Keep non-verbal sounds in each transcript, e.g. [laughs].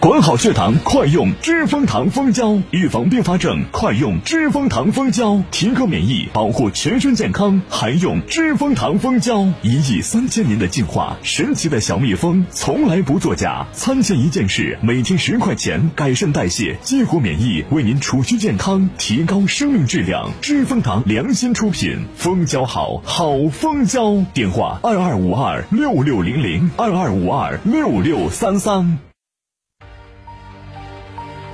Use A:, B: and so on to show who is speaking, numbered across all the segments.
A: 管好血糖，快用知蜂堂蜂胶，预防并发症，快用知蜂堂蜂胶，提高免疫，保护全身健康，还用知蜂堂蜂胶。一亿三千年的进化，神奇的小蜜蜂从来不作假。参见一件事，每天十块钱，改善代谢，激活免疫，为您储蓄健康，提高生命质量。知蜂堂良心出品，蜂胶好，好蜂胶。电话二二五二六六零零二二五二六六三三。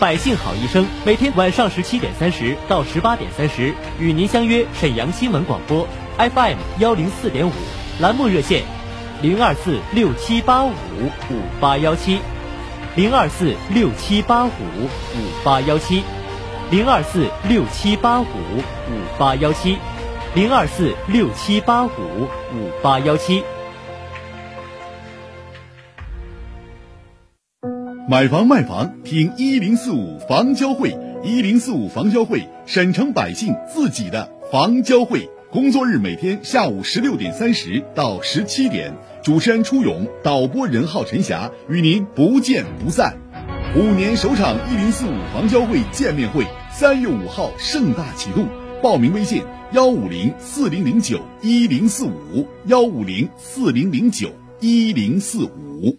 B: 百姓好医生每天晚上十七点三十到十八点三十与您相约沈阳新闻广播 FM 幺零四点五，栏目热线零二四六七八五五八幺七零二四六七八五五八幺七零二四六七八五五八幺七零二四六七八五五八幺七。
C: 买房卖房，听一零四五房交会，一零四五房交会，沈城百姓自己的房交会。工作日每天下午十六点三十到十七点，主持人初勇，导播任浩、陈霞与您不见不散。五年首场一零四五房交会见面会，三月五号盛大启动，报名微信幺五零四零零九一零四五幺五零四零零九一零四五。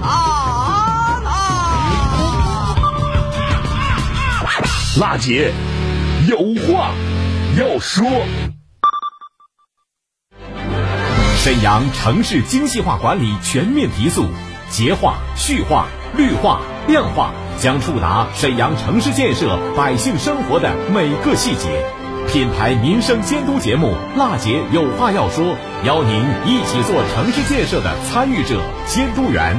D: 啦啦！
A: 辣姐有话要说。沈阳城市精细化管理全面提速，节化、序化、绿化、量化，将触达沈阳城市建设百姓生活的每个细节。品牌民生监督节目《辣姐有话要说》，邀您一起做城市建设的参与者、监督员。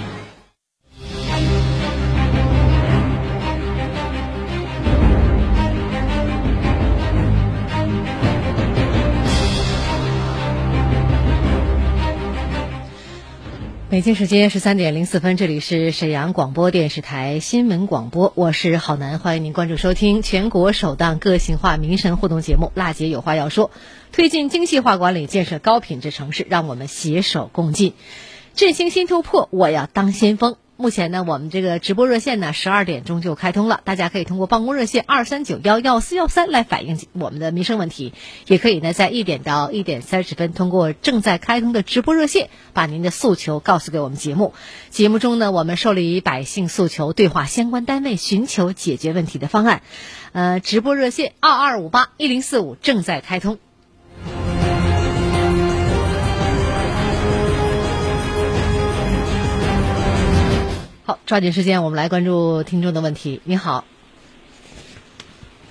E: 北京时间十三点零四分，这里是沈阳广播电视台新闻广播，我是郝楠，欢迎您关注收听全国首档个性化民生互动节目《辣姐有话要说》，推进精细化管理，建设高品质城市，让我们携手共进，振兴新突破，我要当先锋。目前呢，我们这个直播热线呢，十二点钟就开通了，大家可以通过办公热线二三九幺幺四幺三来反映我们的民生问题，也可以呢在一点到一点三十分通过正在开通的直播热线把您的诉求告诉给我们节目。节目中呢，我们受理百姓诉求，对话相关单位，寻求解决问题的方案。呃，直播热线二二五八一零四五正在开通。好，抓紧时间，我们来关注听众的问题。你好，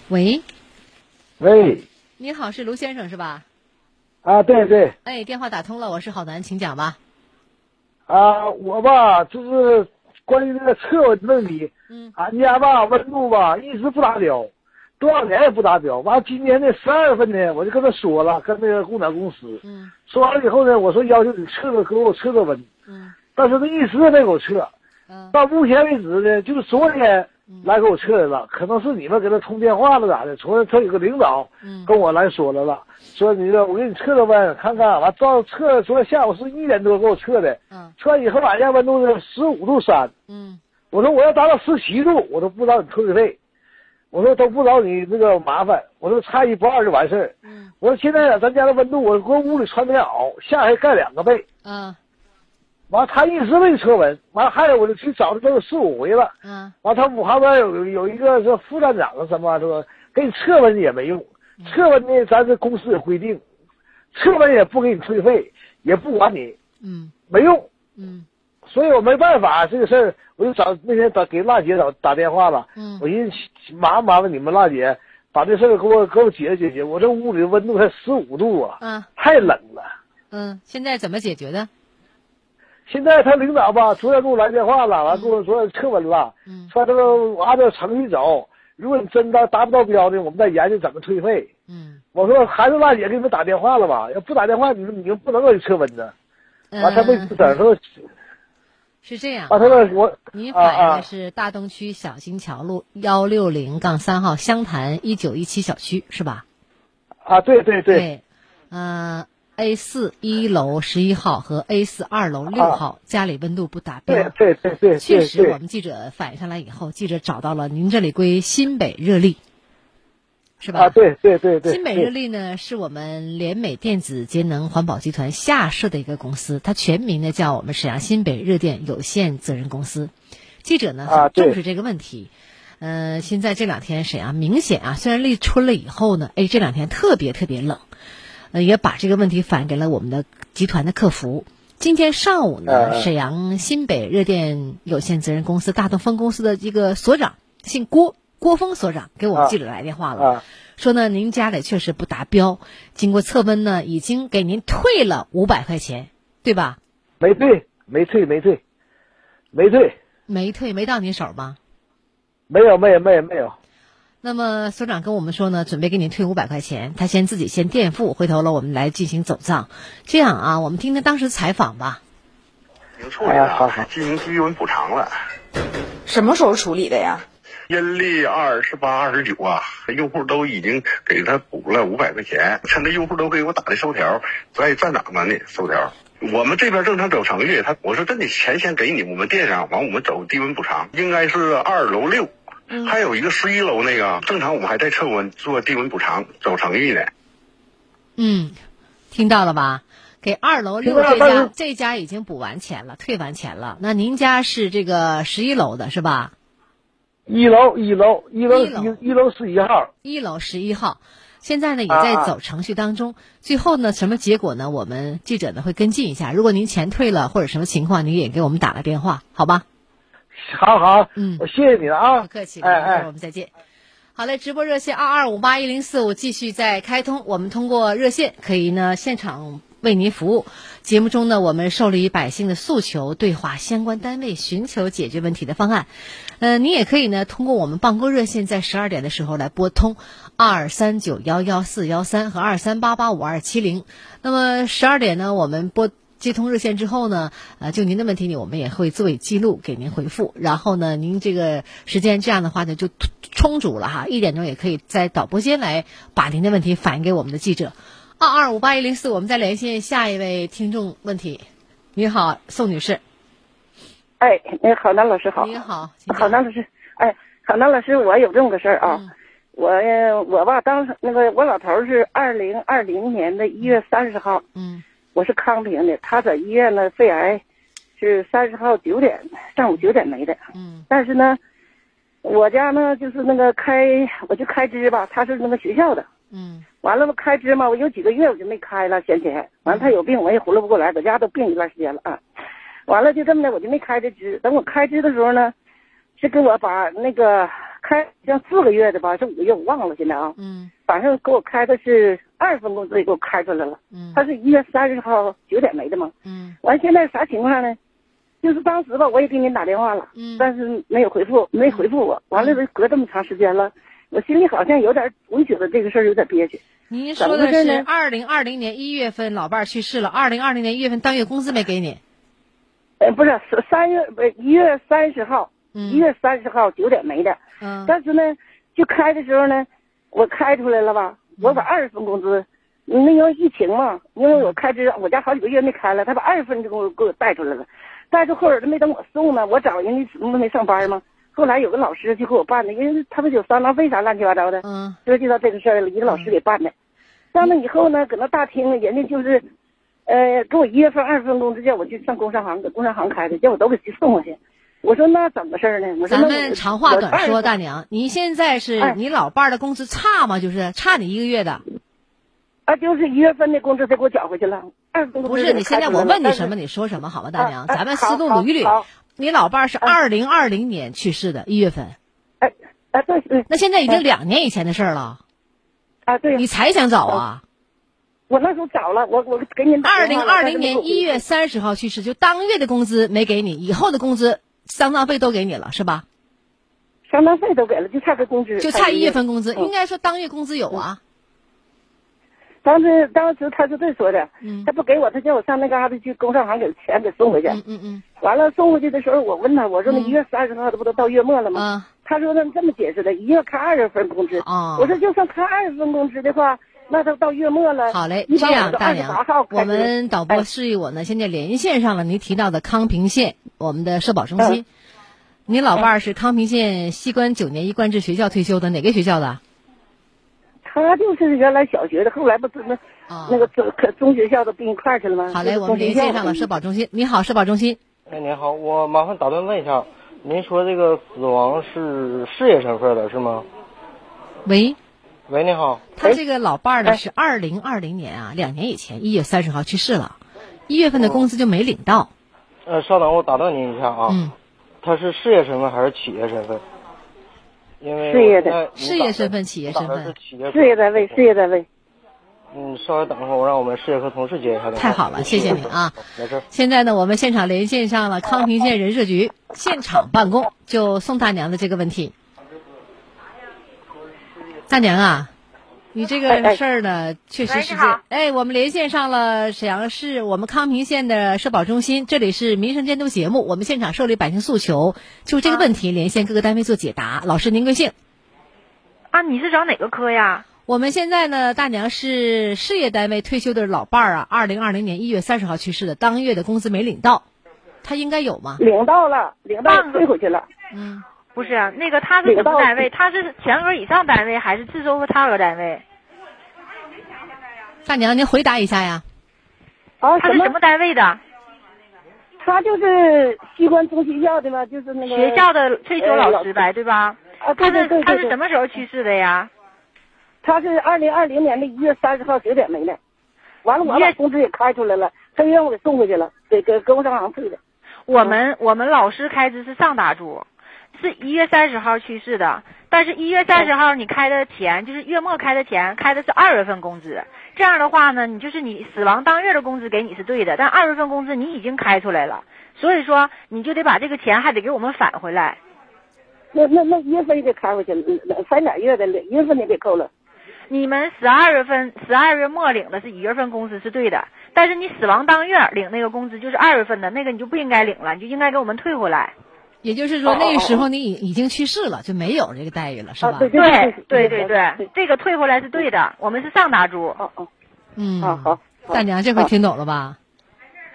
E: 喂，
F: 喂，
E: 你好，是卢先生是吧？
F: 啊，对对，
E: 哎，电话打通了，我是郝楠，请讲吧。
F: 啊，我吧，就是关于这个车问问题，
E: 嗯
F: 俺家吧温度吧一直不达标，多少年也不达标。完，今年的十二月份呢，我就跟他说了，跟那个供暖公司
E: 嗯
F: 说完了以后呢，我说要求你测测给我测测温，
E: 嗯
F: 但是他一直没给我测。
E: 嗯
F: 到目前为止呢，就是昨天来给我测来了，可能是你们给他通电话了咋的？昨天他有个领导
E: 嗯
F: 跟我来说来了，说你这我给你测测温，看看完照测，昨天下午是一点多给我测的，
E: 嗯
F: 测完以后俺家温度是十五度三，
E: 嗯
F: 我说我要达到十七度，我都不找你退个费，我说都不找你那个麻烦，我说差一不二就完事儿，
E: 嗯
F: 我说现在咱家的温度，我搁屋里穿棉袄，下还盖两个被，
E: 嗯
F: 完他一直没测温，完还有我就去找他都有四五回了。
E: 嗯
F: 完，他们旁边有有一个是副站长啊什么说给你测温也没用，测温呢咱这公司有规定，测温也不给你退费，也不管你，
E: 嗯
F: 没用。
E: 嗯
F: 所以我没办法这个事儿，我就找那天打给辣姐打打电话了，
E: 嗯
F: 我寻思麻烦麻烦你们辣姐把这事儿给我给我解决解决，我这屋里温度才十五度啊，
E: 嗯
F: 太冷了。
E: 嗯，现在怎么解决的？
F: 现在他领导吧，昨天给我来电话了，完跟我说测温了，
E: 嗯
F: 说这个我按照程序走，如果你真达达不到标呢，我们再研究怎么退费。
E: 嗯
F: 我说还是辣姐给你们打电话了吧，要不打电话你们你们不能让你测温呢。
E: 嗯，
F: 完他没吱声，说
E: 是这样。
F: 完他说我
E: 您
F: 啊
E: 反映的
F: 啊
E: 是大东区小金桥路幺六零杠三号湘潭一九一七小区是吧？
F: 啊，对对对，
E: 呃，A 四一楼十一号和 A 四二楼六号、家里温度不达标。
F: 哦对对对对，
E: 哎确
F: 对
E: 实，
F: 对
E: 我们记者反映上来以后，记者找到了您这里归新北热力，是吧？
F: 啊，对对对对，
E: 新北
F: 对
E: 热力呢，是我们联美电子节能环保集团下设的一个公司，它全名呢叫我们沈阳新北热电有限责任公司。记者呢
F: 啊
E: 很
F: 对
E: 重视这个问题。呃，现在这两天沈阳明显啊，虽然立春了以后呢，哎，这两天特别特别冷，呃，也把这个问题反映给了我们的集团的客服。今天上午呢，
F: 嗯
E: 沈阳新北热电有限责任公司大东分公司的一个所长，姓郭，郭峰所长给我们
F: 啊
E: 记者来电话了，
F: 啊
E: 说呢，您家里确实不达标，经过测温呢，已经给您退了五百块钱，对吧？
F: 没退没退没退没退，
E: 没退，没到您手吗？
F: 没有没有没有没有，
E: 那么所长跟我们说呢，准备给您退五百块钱，他先自己先垫付，回头了我们来进行走账。这样啊，我们听听当时采访吧。
G: 已经处理
F: 哎呀好
G: 了，
F: 好
G: 还进行低温补偿了。
H: 什么时候处理的呀？
G: 阴历二十八、二十九啊，用户都已经给他补了五百块钱。趁着用户都给我打的收条，在站长那里收条。我们这边正常走程序，他我说这你钱先给你，我们垫上，完我们走低温补偿，应该是二楼六，
F: 嗯
G: 还有一个十一楼那个，正常我们还在测温做低温补偿走程序呢。
E: 嗯，听到了吧？给二楼
F: 听
E: 六
F: 到
E: 这
F: 了但
E: 家
F: 是
E: 这家已经补完钱了，退完钱了。那您家是这个十一楼的是吧？
F: 一楼一楼一楼
E: 一楼
F: 一一楼十一号。
E: 一楼十一号，现在呢也
F: 啊
E: 在走程序当中。最后呢，什么结果呢？我们记者呢会跟进一下。如果您钱退了或者什么情况，您也给我们打个电话，好吧？
F: 好好，
E: 嗯
F: 我谢谢你了啊，
E: 不客气，
F: 哎
E: 一会儿我
F: 哎，
E: 们再见。好嘞，直播热线二二五八一零四五继续在开通，我们通过热线可以呢现场为您服务。节目中呢，我们受理百姓的诉求，对话相关单位，寻求解决问题的方案。呃，您也可以呢通过我们办公热线，在十二点的时候来拨通二三九幺幺四幺三和二三八八五二七零。那么十二点呢，我们拨接通热线之后呢，呃，就您的问题呢，我们也会作为记录给您回复。然后呢，您这个时间这样的话呢，就突充足了哈。一点钟也可以在导播间来把您的问题反映给我们的记者。二二五八一零四，我们再连线下一位听众问题。你好，宋女士。
I: 哎，哎，郝楠老师好。
E: 你好，
I: 郝楠老师，哎，郝楠老师，我有这么个事儿啊，
E: 嗯
I: 我我吧，当时那个我老头儿是二零二零年的一月三十号，
E: 嗯，
I: 我是康平的，他在医院呢肺癌，是三十号九点上午九点没的，
E: 嗯，
I: 但是呢，我家呢就是那个开我就开支吧，他是那个学校的，
E: 嗯
I: 完了吧开支嘛，我有几个月我就没开了，闲钱，完了他有病我也胡弄不过来，搁家都病一段时间了啊。完了就这么的，我就没开这支。等我开支的时候呢，是给我把那个开像四个月的吧，是五个月我忘了现在啊，
E: 嗯
I: 反正给我开的是二份工资也给我开出来了。
E: 嗯
I: 他是一月三十号九点没的嘛。
E: 嗯
I: 完现在啥情况呢？就是当时吧，我也给您打电话了，
E: 嗯
I: 但是没有回复，没回复我。完了，隔这么长时间了，我心里好像有点，总觉得这个事儿有点憋屈。
E: 您
I: 怎
E: 说
I: 么
E: 的
I: 回事
E: 是
I: 呢
E: 二零二零年一月份老伴儿去世了，二零二零年一月份当月工资没给你，
I: 呃，不是是三月不是一月三十号，一月三十号九点没的。
E: 嗯
I: 但是呢，就开的时候呢，我开出来了吧，
E: 嗯
I: 我把二份工资，那因为疫情嘛，因为我开支我家好几个月没开了，他把二份就给我给我带出来了，带出后边儿他没等我送呢，我找人家不没上班嘛，后来有个老师就给我办的，因为他们有丧葬费啥乱七八糟的，
E: 嗯，
I: 就知道这个事儿了，一个老师给办的，办了以后呢，搁那大厅人家就是。呃，给我一月份、二份工资，叫我去上工商行，搁工商行开的，叫我都给去送过去。我说那怎么事儿呢？我说
E: 咱
I: 那
E: 们
I: 我
E: 长话
I: 我
E: 短
I: 二
E: 说，
I: 份
E: 大娘，你现在是
I: 哎
E: 你老伴儿的工资差吗？就是差你一个月的，
I: 啊，就是一月份的工资得给我缴回去了，二份工资
E: 不是？你现在我问你什么，
I: 你
E: 你说什么，好吧，大娘，
I: 哎
E: 咱们思
I: 好
E: 路
I: 好
E: 捋一捋
I: 好。
E: 你老伴儿是二零二零年去世的，一月份，
I: 啊对对
E: 那现在已经两年以前的事儿了，
I: 啊对，
E: 你才想找啊？
I: 我那时候找了，我我给您打
E: 二
I: 电
E: 零
I: 话了
E: 二零年一，月三十号去世，就当月的工资没给你，以后的工资丧葬费都给你了，是吧？
I: 但是没给我相当费都给了，就差个工资，
E: 就差一月份工资，
I: 嗯
E: 应该说当月工资有啊。
I: 当时当时他是这说的，
E: 嗯
I: 他不给我，他叫我上那嘎达去工商行给钱给送回去。
E: 嗯嗯
I: 完了送回去的时候，我问他，我说那一月三十号，这不都到月末了
E: 嗯
I: 吗？
E: 啊
I: 他说那这么解释的，一月开二月份工资。
E: 啊！
I: 我说就算开二月份工资的话，那都到月末了。
E: 嗯好嘞，
I: 一
E: 这
I: 般
E: 样
I: 都
E: 大
I: 二十八
E: 娘
I: 号，
E: 我
I: 开始
E: 们导播
I: 哎
E: 示意我呢，现在连线上了您提到的康平县我们的社保中
I: 嗯
E: 心。您老伴儿是康平县西关九年一贯制学校退休的，哪个学校的？
I: 他就是原来小学的，后来不是那、
E: 啊
I: 那个中可中学校都并一块儿去了吗？
E: 好嘞，我们连线上了社保中心。你好，社保中心。
J: 哎，您好，我麻烦打断问一下，您说这个死亡是事业身份的是吗？
E: 喂，
J: 喂，你好，
E: 他这个老伴
I: 哎
E: 儿呢是二零二零年啊，两年以前一月三十号去世了，一月
I: 哦
E: 份的工资就没领到。
J: 呃，稍等，我打断您一下啊。
E: 嗯。
J: 他是事业身份还是企业身份？因为
I: 事业的
E: 事业身份、企业身份，
J: 份
I: 事业单位，事业单位。
J: 嗯，稍微等一会儿，我让我们事业和同事接一下电话。
E: 太好了，谢谢你啊。
J: 没事儿。
E: 现在呢，我们现场连线上了康平县人社局现场办公，就宋大娘的这个问题。大娘啊，你这个事儿呢，确实
K: 哎喂
E: 是
K: 你好
E: 这。哎，我们连线上了沈阳市我们康平县的社保中心，这里是民生监督节目，我们现场受理百姓诉求，就这个问题连线各个单位做解
K: 嗯
E: 答。老师您贵姓？
K: 啊，你是找哪个科呀？
E: 我们现在呢，大娘是事业单位退休的老伴儿啊，二零二零年一月三十号去世的，当月的工资没领到，他应该有吗？
I: 领到了，领到
K: 半
I: 退回去了。
E: 嗯，
K: 不是啊那个，他是什么单位？他是全额以上单位还是自收和差额单位？
E: 大娘，您回答一下呀。
I: 啊，
K: 他是什么单位的？
I: 他就是西关中学校的嘛，就是那个
K: 学校的退休
I: 呃
K: 老师呗，对吧？他
I: 啊，对对
K: 是
I: 对
K: 他
I: 对
K: 是什么时候去世的呀？
I: 他是二零二零年的一月三十号九点没的，完了我
K: 一
I: 把
K: 月
I: 工资也开出来了，他又让我给送回去了，给给给我上行退的。
K: 我们我们老师开支是上大柱，是一月三十号去世的，但是一月三
E: 哦
K: 十号你开的钱就是月末开的钱，开的是二月份工资。这样的话呢，你就是你死亡当月的工资给你是对的，但二月份工资你已经开出来了，所以说你就得把这个钱还得给我们返回来。
I: 那那那一月份也得开回去了，嗯三俩月的，一月份也给扣了。
K: 你们十二月份十二月末领的是一月份工资是对的，但是你死亡当月领那个工资就是二月份的那个，你就不应该领了，你就应该给我们退回来。哦
E: 也就是说，那个时候你已已经去世了，就没有这个待遇了，是
I: 哦啊
E: 吧？
K: 对对对对，这个退回来是对的，我们是上达猪。
I: 哦哦，
E: 嗯，
I: 好好，
E: 大娘这回听懂了吧？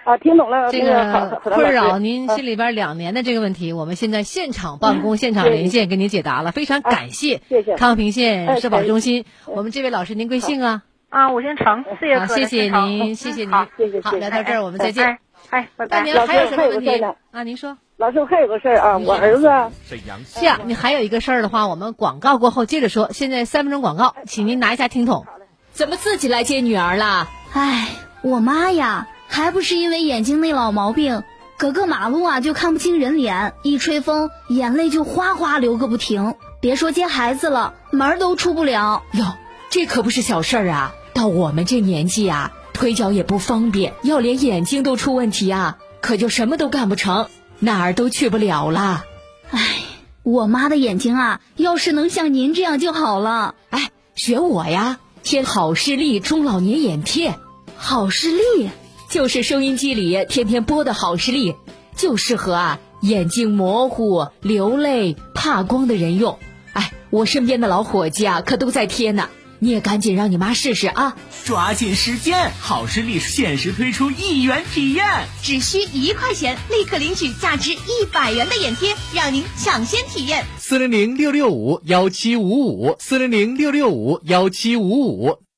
I: 啊，听懂了，
E: 这
I: 那好
E: 个
I: 好
E: 困扰您
I: 啊
E: 心里边两年的这个问题，我们现在现场办公、
I: 嗯
E: 现场
I: 对
E: 连线给您解答了，非常感谢
I: 啊谢谢
E: 康平县
I: 哎
E: 社保
I: 可以
E: 中心。我们这位老师，您贵姓啊？
K: 啊，我姓程，四月
E: 好
K: 课的
E: 谢谢
K: 姓程
E: 您
K: 嗯
E: 谢谢您
K: 好，谢
I: 谢
E: 好
I: 谢
E: 聊到这儿我们再见
K: 哎，哎，拜
E: 那
K: 拜。
E: 您
I: 老师
E: 还有什么
I: 我
E: 问
I: 还有
E: 题
I: 个事儿呢
E: 啊？您说。
I: 老师，我还有个事儿啊，
E: 您
I: 我
E: 说
I: 儿子
A: 沈阳
E: 是啊，你还有一个事儿的话，我们广告过后接着说。现在三分钟广告，请您拿一下听筒。
L: 怎么自己来接女儿了？
M: 唉，我妈呀，还不是因为眼睛那老毛病，隔个马路啊就看不清人脸，一吹风眼泪就哗哗流个不停。别说接孩子了，门儿都出不了。
N: 哟，这可不是小事儿啊！到我们这年纪啊，腿脚也不方便，要连眼睛都出问题啊，可就什么都干不成，哪儿都去不了啦。
M: 我妈的眼睛啊，要是能像您这样就好了。
N: 哎，学我呀，贴好视力中老年眼贴。
M: 好视力
N: 就是收音机里天天播的好视力，就适合啊眼睛模糊、流泪、怕光的人用。哎，我身边的老伙计啊，可都在贴呢。你也赶紧让你妈试试啊！
O: 抓紧时间，好视力限时推出一元体验。
P: 只需一块钱，立刻领取价值一百元的眼贴，让您抢先体验。
B: 四零零六六五幺七五五，四零零六六五幺七五五。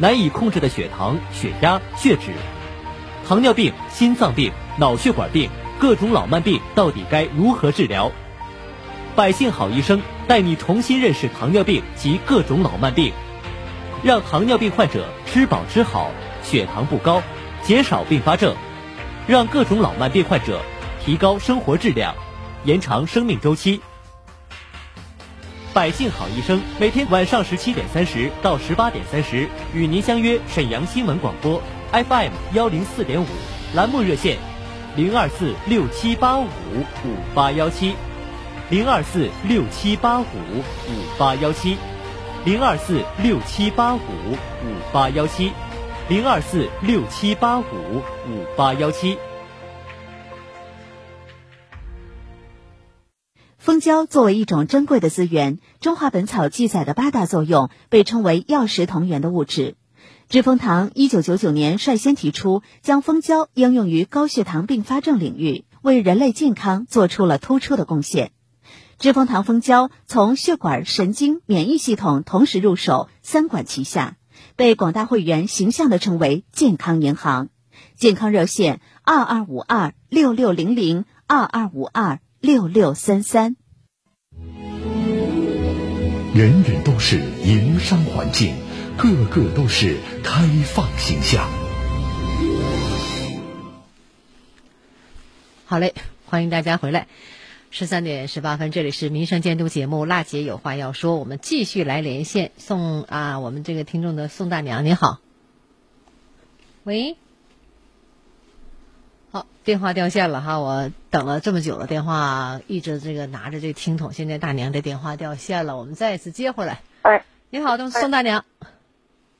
B: 难以控制的血糖、血压、血脂，糖尿病、心脏病、脑血管病、各种老慢病到底该如何治疗？百姓好医生带你重新认识糖尿病及各种老慢病，让糖尿病患者吃饱吃好，血糖不高，减少并发症，让各种老慢病患者提高生活质量，延长生命周期。百姓好医生每天晚上十七点三十到十八点三十与您相约沈阳新闻广播 FM 幺零四点五，栏目热线零二四六七八五五八幺七零二四六七八五五八幺七零二四六七八五五八幺七零二四六七八五五八幺七。
Q: 蜂胶作为一种珍贵的资源，《中华本草》记载的八大作用被称为药食同源的物质。致蜂堂一九九九年率先提出将蜂胶应用于高血糖并发症领域，为人类健康做出了突出的贡献。致蜂堂蜂胶从血管、神经、免疫系统同时入手，三管齐下，被广大会员形象地称为“健康银行”。健康热线二二五二六六零零二二五二六六三三。
C: 人人都是营商环境，个个都是开放形象。
E: 好嘞，欢迎大家回来。十三点十八分，这里是民生监督节目，辣姐有话要说。我们继续来连线宋啊，我们这个听众的宋大娘，您好。喂，好，电话掉线了哈，我等了这么久了，电话一直这个拿着这听筒，现在大娘的电话掉线了，我们再一次接回来。
I: 哎，
E: 你好，宋宋大娘。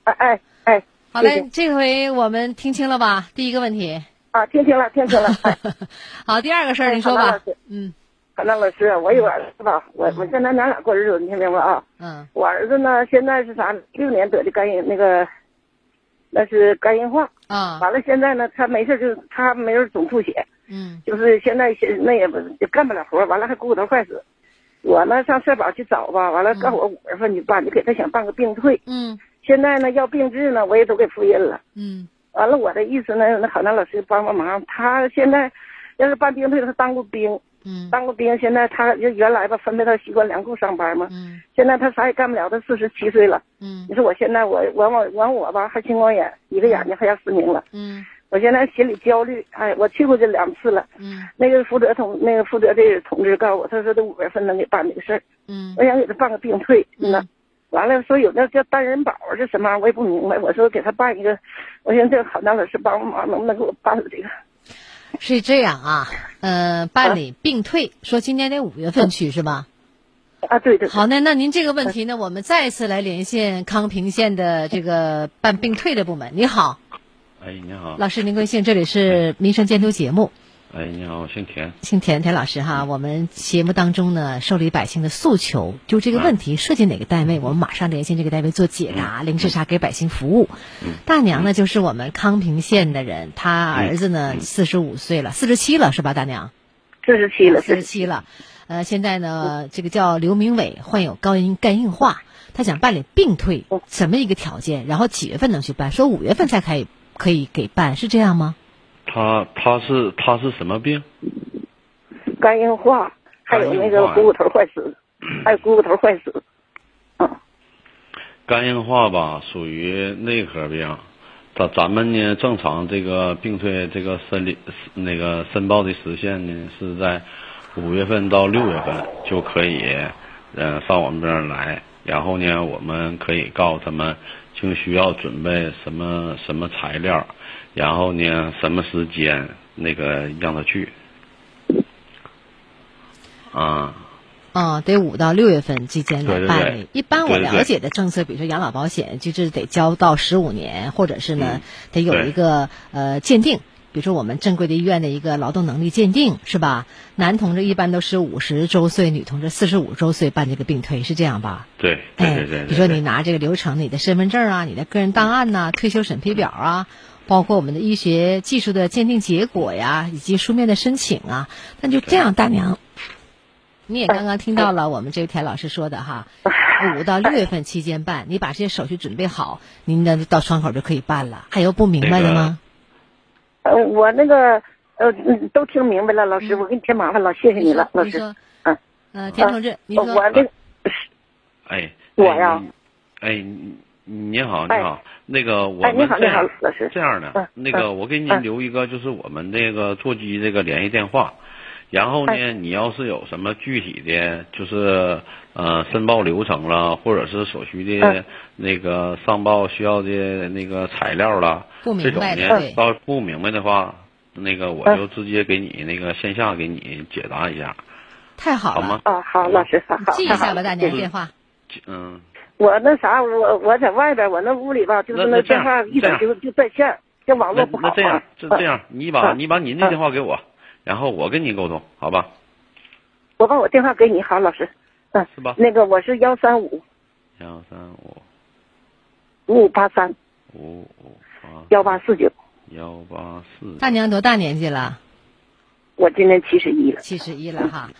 I: 哎哎哎，
E: 好
I: 谢
E: 嘞
I: 谢，
E: 这回我们听清了吧？第一个问题。
I: 啊，听清了，听清了。哎
E: [laughs] 好，第二个事儿您说
I: 哎
E: 吧
I: 好的老师。
E: 嗯
I: 好那老师，我有个儿子吧，我我现在咱俩过日子，你听明白啊？
E: 嗯
I: 我儿子呢，现在是啥？六年得的肝硬那个，那是肝硬化。
E: 啊
I: 完了，现在呢，他没事就他没事总吐血，
E: 嗯
I: 就是现在现那也不也干不了活，完了还骨头坏死。我呢上社保去找吧，完了告我五月份去办，就给他想办个病退。
E: 嗯
I: 现在呢要病治呢，我也都给复印了。
E: 嗯
I: 完了，我的意思呢，那好，那老师帮帮忙。他现在要是办兵队，他当过兵，
E: 嗯
I: 当过兵，现在他就原来吧分配到西关粮库上班嘛，
E: 嗯
I: 现在他啥也干不了，他四十七岁了。
E: 嗯
I: 你说我现在我完我完我吧，还青光眼，一个眼睛还要失明了。
E: 嗯
I: 我现在心里焦虑，哎，我去过这两次了。
E: 嗯
I: 那个负责同那个负责这同志告诉我，他说他五月份能给办这个事儿。
E: 嗯
I: 我想给他办个病退，那、完了说有那叫单人保啊这什么玩意儿我也不明白。我说给他办一个，我寻思这个好，那老师帮帮忙，能不能给我办了这个？
E: 是这样啊，呃，办理病退，说今年得五月份去是吧？
I: 啊，对对。
E: 好，那那您这个问题呢，我们再一次来连线康平县的这个办病退的部门。你好，
R: 哎，你好，
E: 老师，您贵姓？这里是民生监督节目。
R: 哎，你好，我姓田。
E: 姓田田老师哈，我们节目当中呢，受理百姓的诉求，就这个问题涉及哪个单位，我们马上连线这个单位做解答，零时差给百姓服务。大娘呢，就是我们康平县的人，她儿子呢四十五岁了，四十七了是吧？大娘，
I: 四十七了，
E: 四十七了。呃，现在呢，这个叫刘明伟患有高音肝硬化，他想办理病退，什么一个条件？然后几月份能去办？说五月份才可以可以给办，是这样吗？
R: 他他是他是什么病？
I: 肝硬化，还有那个股骨头坏死，
E: 嗯
I: 还有股骨头坏死。
R: 肝硬化吧，属于内科病。咱咱们呢，正常这个病退这个申理那个申报的时限呢是在五月份到六月份就可以，呃，上我们这儿来。然后呢，我们可以告诉他们，就需要准备什么什么材料，然后呢，什么时间那个让他去。啊，
E: 啊、得五到六月份期间来
R: 对对
E: 办
R: 对
E: 理。一般我
R: 对对对
E: 了解的政策，比如说养老保险，就是得交到十五年，或者是呢
R: 嗯，
E: 得有
R: 对
E: 一个呃鉴定。比如说我们正规的医院的一个劳动能力鉴定，是吧？男同志一般都是五十周岁，女同志四十五周岁办这个病退，是这样吧？
R: 对对对对
E: 你
R: 对
E: 说你拿这个流程，你的身份证啊，你的个人档案呐、退休审批表啊，包括我们的医学技术的鉴定结果呀，以及书面的申请啊，那就这样，大娘。你也刚刚听到了我们这位田老师说的哈，
I: 哎
E: 五到六月份期间办，你把这些手续准备好，您呢到窗口就可以办了。还有不明白的吗？
I: 呃，我那个呃，嗯都听明白了，老师，
E: 嗯
I: 我给你添麻烦了， [laughs] 谢谢你了，老师。嗯。
E: 呃，
I: 田
E: 同志，
I: 你说我那个
R: 哎，
I: 我呀，
R: 哎，你你好，你
I: 哎
R: 好，那个我
I: 哎你
R: 们
I: 好
R: 这
I: 你好
R: 样
I: 老师
R: 这样的
I: 嗯，
R: 那个
I: 嗯
R: 我给
I: 嗯
R: 您留一个就是我们那个座机这个联系电话，然后呢，你要是有什么具体的，就是呃申报流程了，或者是所需的
E: 嗯
R: 那个上报需要的那个材料了，
E: 不明
R: 这种
E: 白的
R: 呢
E: 对，
R: 要是不明白的话，那个我
I: 嗯
R: 就直接给你那个线下给你解答一下，
E: 太好
R: 好
E: 了，
R: 吗？
I: 啊，好，老师，好好。
E: 记一下吧，大娘
R: 嗯
E: 电话。
R: 嗯。
I: 我那啥，我我在外边，我那屋里吧，就是
R: 那那这
I: 电
R: 样
I: 话
R: 这
I: 一整
R: 样
I: 就就断线儿，这网络
R: 那
I: 不好
R: 那
I: 啊。
R: 这样，这这样，你把
I: 嗯
R: 你把您的电话给我，然后我跟你沟通，好吧？
I: 我把我电话给你，好，老师。嗯。
R: 是吧
I: 那个我是幺三五
R: 幺三五
I: 五五八三
R: 五五八
I: 幺八四九，
R: 幺八四，
E: 大娘多大年纪了？
I: 我今年七十一了。
E: 七十一了哈。
I: 嗯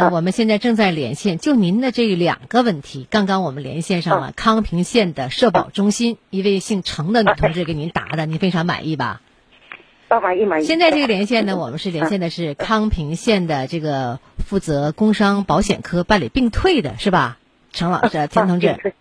E: 呃，我们现在正在连线，就您的这两个问题，刚刚我们连线上了康平县的社保中心一位姓程的女同志给您答的，您非常满意吧？
I: 八满一满一。
E: 现在这个连线呢，我们是连线的是康平县的这个负责工伤保险科办理病退的是吧？程老师，田
I: 啊
E: 同志。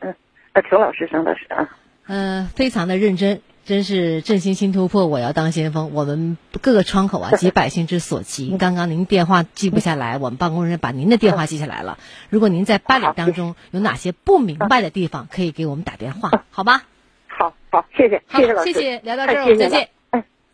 I: 呃，程老师，程老师啊，
E: 呃，非常的认真，真是振兴新突破，我要当先锋。我们各个窗口啊，急百姓之所
I: [laughs]
E: 急。
I: 嗯
E: 刚刚您电话记不下来，我们办公人把您的电话记下来了。如果您在办理当中有哪些不明白的地方，可以给我们打电话，好吧？
I: 好好，谢 [laughs] 谢，
E: 好
I: 谢谢老师，
E: 谢谢聊到这儿
I: 哎
E: 我们再。
I: 谢谢了
E: 见
I: 哎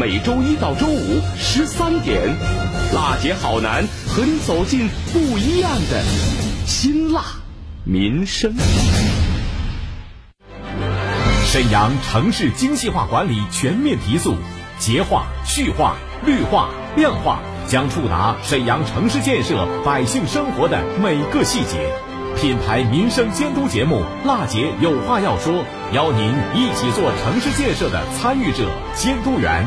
A: 每周一到周五十三点，辣姐好男和你走进不一样的辛辣民生。沈阳城市精细化管理全面提速，节化、序化、绿化、量化，将触达沈阳城市建设百姓生活的每个细节。品牌民生监督节目《辣姐有话要说》，邀您一起做城市建设的参与者、监督员。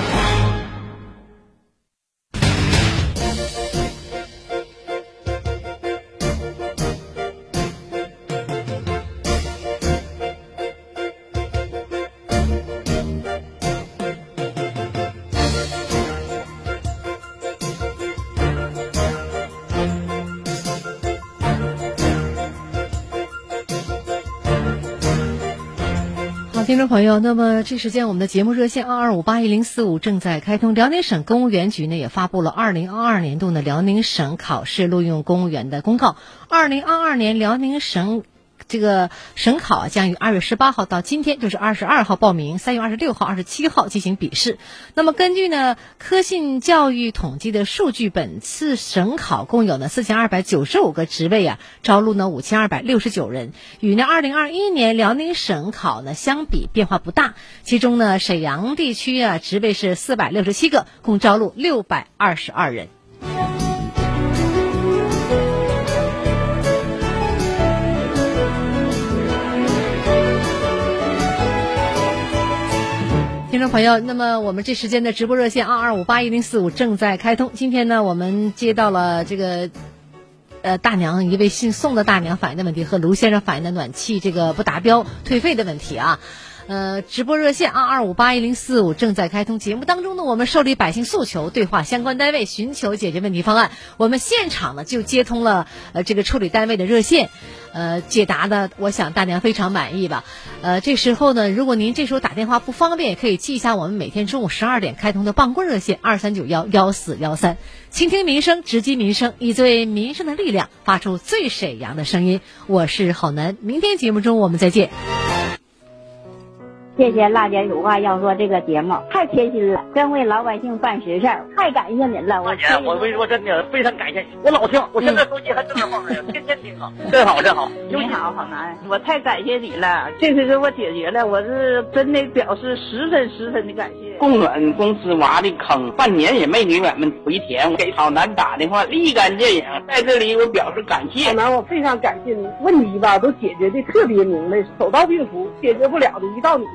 E: 好，听众朋友，那么这时间我们的节目热线二二五八一零四五正在开通。辽宁省公务员局呢也发布了二零二二年度的辽宁省考试录用公务员的公告。二零二二年辽宁省这个省考啊将于二月十八号到今天，就是二十二号报名，三月二十六号、二十七号进行笔试。那么根据呢科信教育统计的数据，本次省考共有呢四千二百九十五个职位啊，招录呢五千二百六十九人，与呢二零二一年辽宁省考呢相比变化不大。其中呢沈阳地区啊职位是四百六十七个，共招录六百二十二人。听众朋友，那么我们这时间的直播热线二二五八一零四五正在开通。今天呢，我们接到了这个。呃，大娘一位姓宋的大娘反映的问题和卢先生反映的暖气这个不达标退费的问题啊，呃，直播热线二二五八一零四五正在开通。节目当中呢，我们受理百姓诉求，对话相关单位，寻求解决问题方案。我们现场呢就接通了呃这个处理单位的热线，呃，解答的我想大娘非常满意吧。呃，这时候呢，如果您这时候打电话不方便，也可以记一下我们每天中午十二点开通的办公热线二三九幺幺四幺三，倾听民生，直击民生，以最民生的力量发出最沈阳的声音。我是郝楠，明天节目中我们再见。
S: 谢谢辣姐有话要说这个节目太贴心了，真为老百姓办实事儿，太感谢您了。我
T: 大姐，我跟你说真的，非常感谢你，我老听，我现在手机还正在放着呢，天天
S: [laughs]
T: 听啊，真好真好。
S: 你好，好难。
U: 我太感谢你了，这次给我解决了，我是真的表示十分十分的感谢。
T: 供暖公司挖的坑，半年也没女们回填，给好男打电话立竿见影，在这里我表示感谢。
U: 小南，我非常感谢你，问题吧都解决的特别明白，手到病除，解决不了的，一到你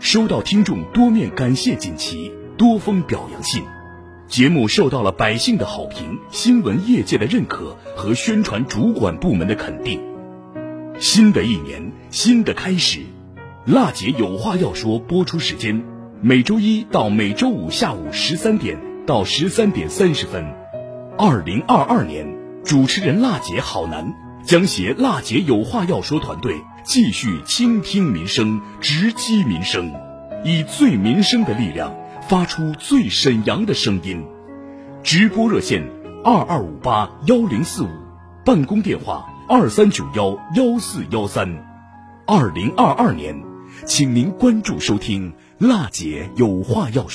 C: 收到听众多面感谢锦旗、多封表扬信，节目受到了百姓的好评、新闻业界的认可和宣传主管部门的肯定。新的一年，新的开始，辣姐有话要说播出时间每周一到每周五下午十三点到十三点三十分。二零二二年，主持人辣姐好男将携辣姐有话要说团队继续倾听民生，直击民生，以最民生的力量发出最沈阳的声音。直播热线二二五八幺零四五，办公电话二三九幺幺四幺三。二零二二年，请您关注收听辣姐有话要说。